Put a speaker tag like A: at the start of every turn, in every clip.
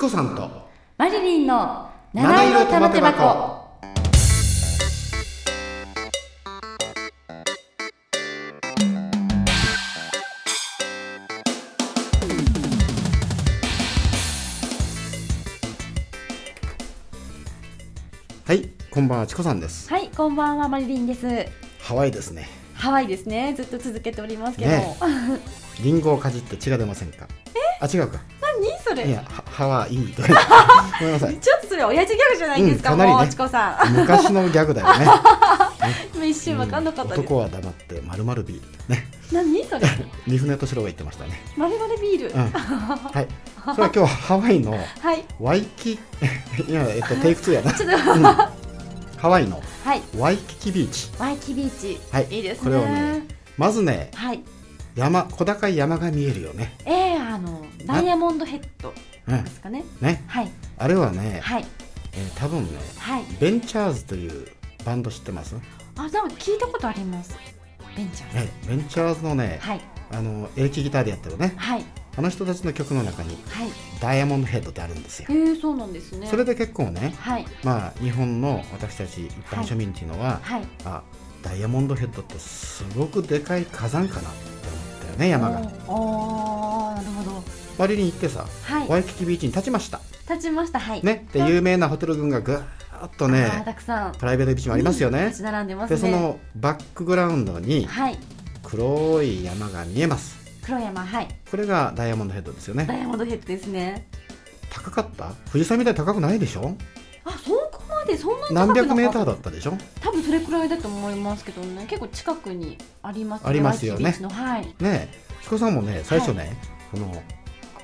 A: コさんと
B: マリリンの
A: 七
B: 七
A: 色
B: 色
A: 玉
B: 玉
A: 手
B: 手
A: 箱
B: 箱。
A: はいこんばんはチコさんです
B: はい、こんばんは、マリリンです。
A: ハワイですね
B: ハワイですね、ずっと続けておりますけど。
A: ねリンゴをかじって血が出ませんかあ違うか
B: 何そ
A: い
B: れ。
A: やハハワイ とごめんなさい
B: ちょっとそれ親父ギャグじゃないんですか、
A: うんかなりね
B: もう、チコさ
A: 昔のギャグだよね
B: ん。もう一瞬 わかんなかったです。
A: 男は黙ってまるまるビールね
B: 何それ。
A: 三船敏郎が言ってましたね
B: まるまるビール。
A: うんはいそれは今日はハワイの
B: はい。
A: ワイキ 今え っとテイク2やな
B: ちょっと、
A: うんハワイの
B: はい。
A: ワイキキビーチ
B: ワイキビーチ。
A: はい
B: いですね。
A: これをねまずね
B: はい。
A: 山小高い山が見えるよね、
B: えー、あの、ダイヤモンドヘッド
A: うん
B: で、すかね。
A: ね
B: はい。
A: あれはね、
B: はい。
A: えー多分ね
B: はい。
A: ベンチャーズというバンド知ってます、ね、
B: あ、なんか聞いたことあります。ベンチャーズ。
A: ベンチャーズのね、
B: はい。
A: あのエレキギターでやってるね
B: はい。
A: あの人たちの曲の中に
B: はい。
A: ダイヤモンドヘッドってあるんですよ
B: えー、そうなんですね。
A: それで結構ね
B: はい。
A: まあ日本の私たち一般庶民っていうのは、
B: はい。
A: あダイヤモンドヘッドってすごくでかい火山かなって思ったよね山が
B: おー、なるほど。
A: マリリン行ってさ
B: は
A: ワ
B: い。
A: イキキビーチに立ちました
B: 立ちました。はい。
A: ねで有名なホテル群がぐーっと
B: あ
A: ね
B: ーたくさん。
A: プライベートビーチもありますよね、
B: 立ち並んでます
A: で
B: ね。
A: そのバックグラウンドに
B: はい。
A: 黒い山が見えます
B: 黒山、はい。
A: これがダイヤモンドヘッドですよ
B: ダ
A: ね
B: イヤモンドヘッドですね。
A: 高かった富士山みたいに高くないでしょ
B: あ、そこまで、そんなに高くな
A: 何
B: かった
A: 百メーターだったでしょ
B: 多分それくらいだと思いますけどね。結構近くにありますね。
A: ありますよね
B: ワイキキビーチのはい。
A: ねえ彦さんもね最初ね、この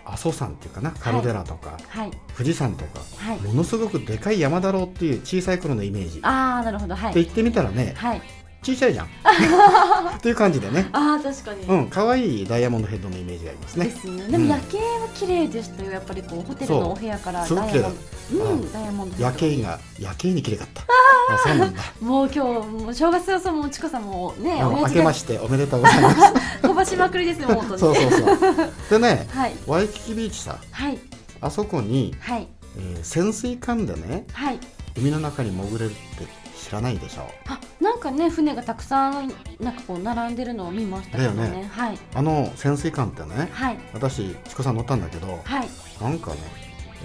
A: 阿蘇山っていうかなカルデラとか、
B: はい。
A: 富士山とか
B: はい。
A: ものすごくでかい山だろうっていう小さい頃のイメージで
B: あー、なるほど。はい。
A: 言ってみたらね
B: はい。
A: 小さい じゃんという感じでね
B: あー、確かに。
A: うん可愛いダイヤモンドヘッドのイメージがあります
B: で
A: ね
B: すね。でも夜景は綺麗でしたよ。やっぱりこうホテル
A: そう
B: のお部屋から
A: すごく
B: ダイ
A: 綺麗
B: ヤ
A: だ
B: モ
A: ったあ
B: ンド。うん、ダイヤモンド。
A: 夜景。が夜景に綺麗かったあそうなんだ
B: もう今日もう正月早々もうちこさんもね、
A: あ
B: お
A: の
B: や
A: 明
B: じ
A: けま
B: が
A: しておめでとうござい ます。
B: 飛ばしまくりですね。本当に。
A: そうそうそう。でね、
B: はい
A: ワイキキビーチさ、
B: はい
A: あそこに、
B: はい
A: えー潜水艦でね、
B: はい。
A: 海の中に潜れるって知らないでしょ
B: あ、なんかね船がたくさんなんかこう並んでるのを見ましたけど
A: だよ
B: ね。はい
A: あの潜水艦ってね、
B: はい
A: 私、チコさん乗ったんだけど、
B: はい。
A: なんかね、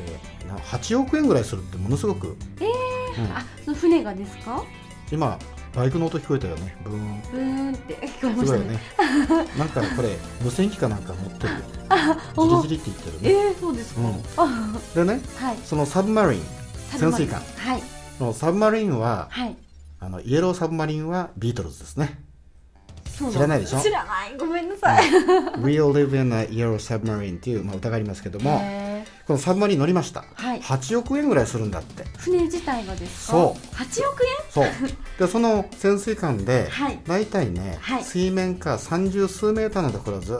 A: えーな8億円ぐらいするってものすごく、
B: え
A: うん
B: あ、その船がですか？
A: 今、バイクの音聞こえたよね、ブーン。
B: うーんって聞こえますし
A: ご
B: た
A: いよ
B: ね。
A: ね。なんかこれ、無線機かなんか持ってるよ。
B: お
A: じりじりって言ってるね。
B: えー、そうですか
A: うん。
B: あ、
A: でね、
B: はい。
A: そのサブマリン、潜水艦。
B: はい
A: のサブマリンは、
B: はい。
A: あのイエローサブマリンはビートルズです ね。
B: そう
A: 知らないでしょ
B: 知らない。ごめんなさい。
A: We all live in a yellow submarine っていう、まあ、歌がありますけども、
B: へー
A: このサブマリン乗りました。
B: はい。
A: 8億円ぐらいするんだって。
B: 船自体がですか。。
A: そう
B: 八億
A: そう。で、その潜水艦で
B: 円。、はい。
A: 大体ね、
B: はい
A: 水面下30数メーターのところをずーっ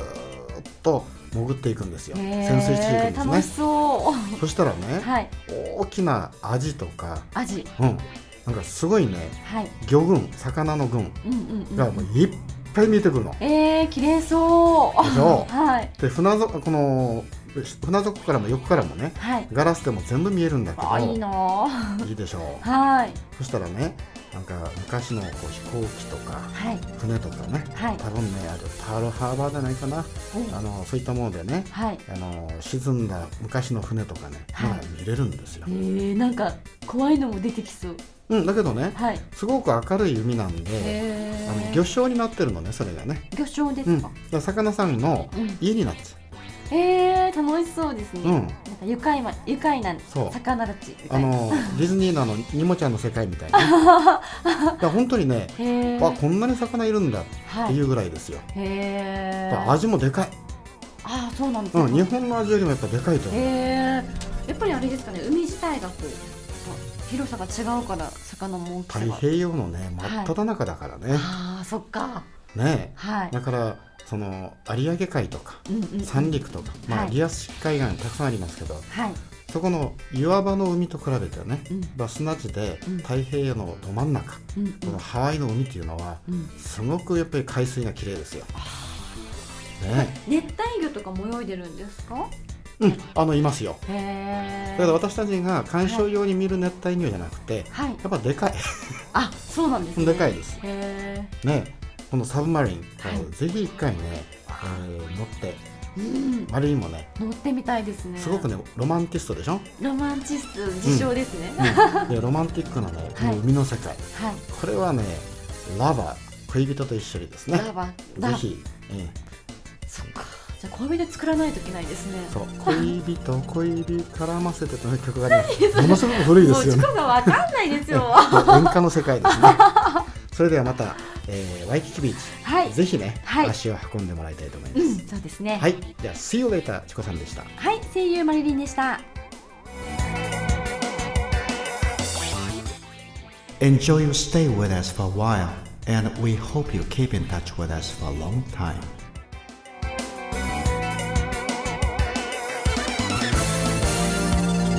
A: と潜っていくんですよ。
B: へー
A: 潜水していくん
B: 楽
A: で
B: し
A: すね。
B: そ
A: そしたら
B: う。
A: ね、
B: はい。
A: 大きなアジとか、
B: アジ。
A: うん、なんかすごいね、
B: はい。
A: 魚群、魚の群
B: うんうんうん。
A: がもういっぱい見えてくるの。
B: えー、綺麗そう。
A: でしょ
B: はい。
A: で船底この船底からも横からもね
B: はい。
A: ガラスでも全部見えるんだけど
B: あ、いいなぁ。
A: いいでしょ
B: はい。
A: うそしたらねなんか昔のこう飛行機とか
B: はい。
A: 船とかね
B: はい。
A: 多分ねあれパールハーバーじゃないかなあのそういったものでね
B: はい。
A: あの沈んだ昔の船とかね、
B: はい
A: まだ見れるんですよ
B: え、ー、なんか怖いのも出てきそう。
A: うん、だけどね
B: はい。
A: すごく明るい海なんで、
B: え
A: あの
B: ー。
A: 魚礁になってるのねそれがね、
B: 魚礁で
A: う
B: す
A: ん、だ
B: か
A: か。ら魚さんの
B: うん。
A: 家になってる
B: えー、楽しそうですね。
A: うん
B: なんか愉快ま愉快な
A: そう
B: 魚たちみた
A: あ
B: いな。
A: のディズニーのあのニモちゃんの世界みたい な、ね、だから本当にね
B: へえ
A: あ。こんなに魚いるんだっ
B: は
A: て
B: い
A: い。うぐらいですよ、
B: へえ。
A: だから味もでかい、
B: ああそうなんです
A: う
B: ね。
A: ん、日本の味よりもやっぱでかいと思う、
B: へえやっぱりあれですかね海自体がこうあ広さが違うから魚も大きさ
A: 太
B: が
A: 平洋のね真っ只中だからね、
B: ああそっか
A: ね
B: はい
A: だからその有明海とか
B: うんうんうん
A: 三陸とか、まあ、
B: はい
A: リアス式海岸たくさんありますけど、
B: はい
A: そこの岩場の海と比べてね、
B: うん
A: バスナ地で
B: うん
A: 太平洋のど真ん中、
B: うん
A: このハワイの海っていうのは
B: うんうん
A: すごくやっぱり海水が綺麗ですよ。ね
B: 熱帯魚とかも泳いでるんですか
A: ううん、あのいますよ
B: へえ
A: だから私たちが観賞用に見る熱帯魚じゃなくて、
B: はい
A: やっぱでかい
B: あそうなんですね
A: でかいです
B: へえ
A: ねこのサブマリン
B: はい
A: をぜひ一回ね、えー乗って
B: うん
A: あれにもね
B: 乗ってみたいですね
A: すごくねロマンティストでしょ、
B: ロマンチスト自称ですね、
A: うん、でロマンティックなね、
B: はい
A: 海の世界
B: はい
A: これはねラバー恋人と一緒にですね
B: ラバ
A: ぜ
B: ラ
A: ひ、え
B: そっかじゃあ小指で作らないといけないですね
A: えそう恋人恋人絡ませてという曲がねものすごく古いですよね
B: もう時刻がわかんないで すよ
A: 文化の世界 ですねそれではまた、えーワイキキビーチ、
B: はい
A: ぜひね、
B: はい
A: 足を運んでもらいたいと思いま
B: う
A: す、
B: んそうですね
A: はいでは See you later チコさんでした
B: はい、声優マリリンでした。
C: Enjoy your stay with us for a while, and we hope you keep in touch with us for a long time.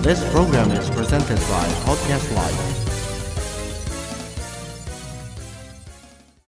C: This program is presented by Podcast Live.